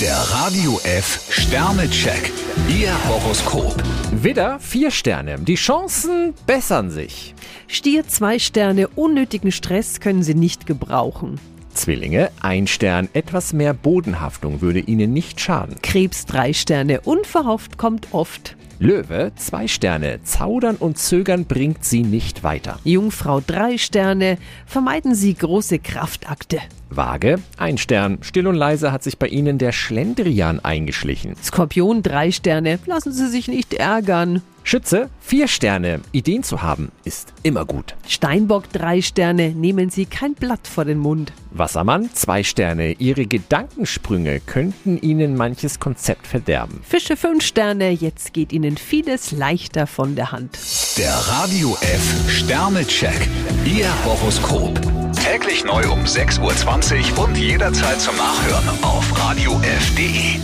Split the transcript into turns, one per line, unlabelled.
Der Radio F Sternecheck. Ihr Horoskop.
Widder, vier Sterne. Die Chancen bessern sich.
Stier zwei Sterne, unnötigen Stress können Sie nicht gebrauchen.
Zwillinge, ein Stern. Etwas mehr Bodenhaftung würde Ihnen nicht schaden.
Krebs drei Sterne, unverhofft kommt oft.
Löwe, zwei Sterne. Zaudern und Zögern bringt Sie nicht weiter.
Jungfrau drei Sterne, vermeiden Sie große Kraftakte.
Waage, ein Stern. Still und leise hat sich bei Ihnen der Schlendrian eingeschlichen.
Skorpion drei Sterne, lassen Sie sich nicht ärgern.
Schütze, vier Sterne. Ideen zu haben ist immer gut.
Steinbock drei Sterne, nehmen Sie kein Blatt vor den Mund.
Wassermann, zwei Sterne. Ihre Gedankensprünge könnten Ihnen manches Konzept verderben.
Fische fünf Sterne, jetzt geht Ihnen vieles leichter von der Hand.
Der Radio F Sternecheck. Ihr Horoskop. Täglich neu um 6.20 Uhr und jederzeit zum Nachhören auf Radio radiof.de.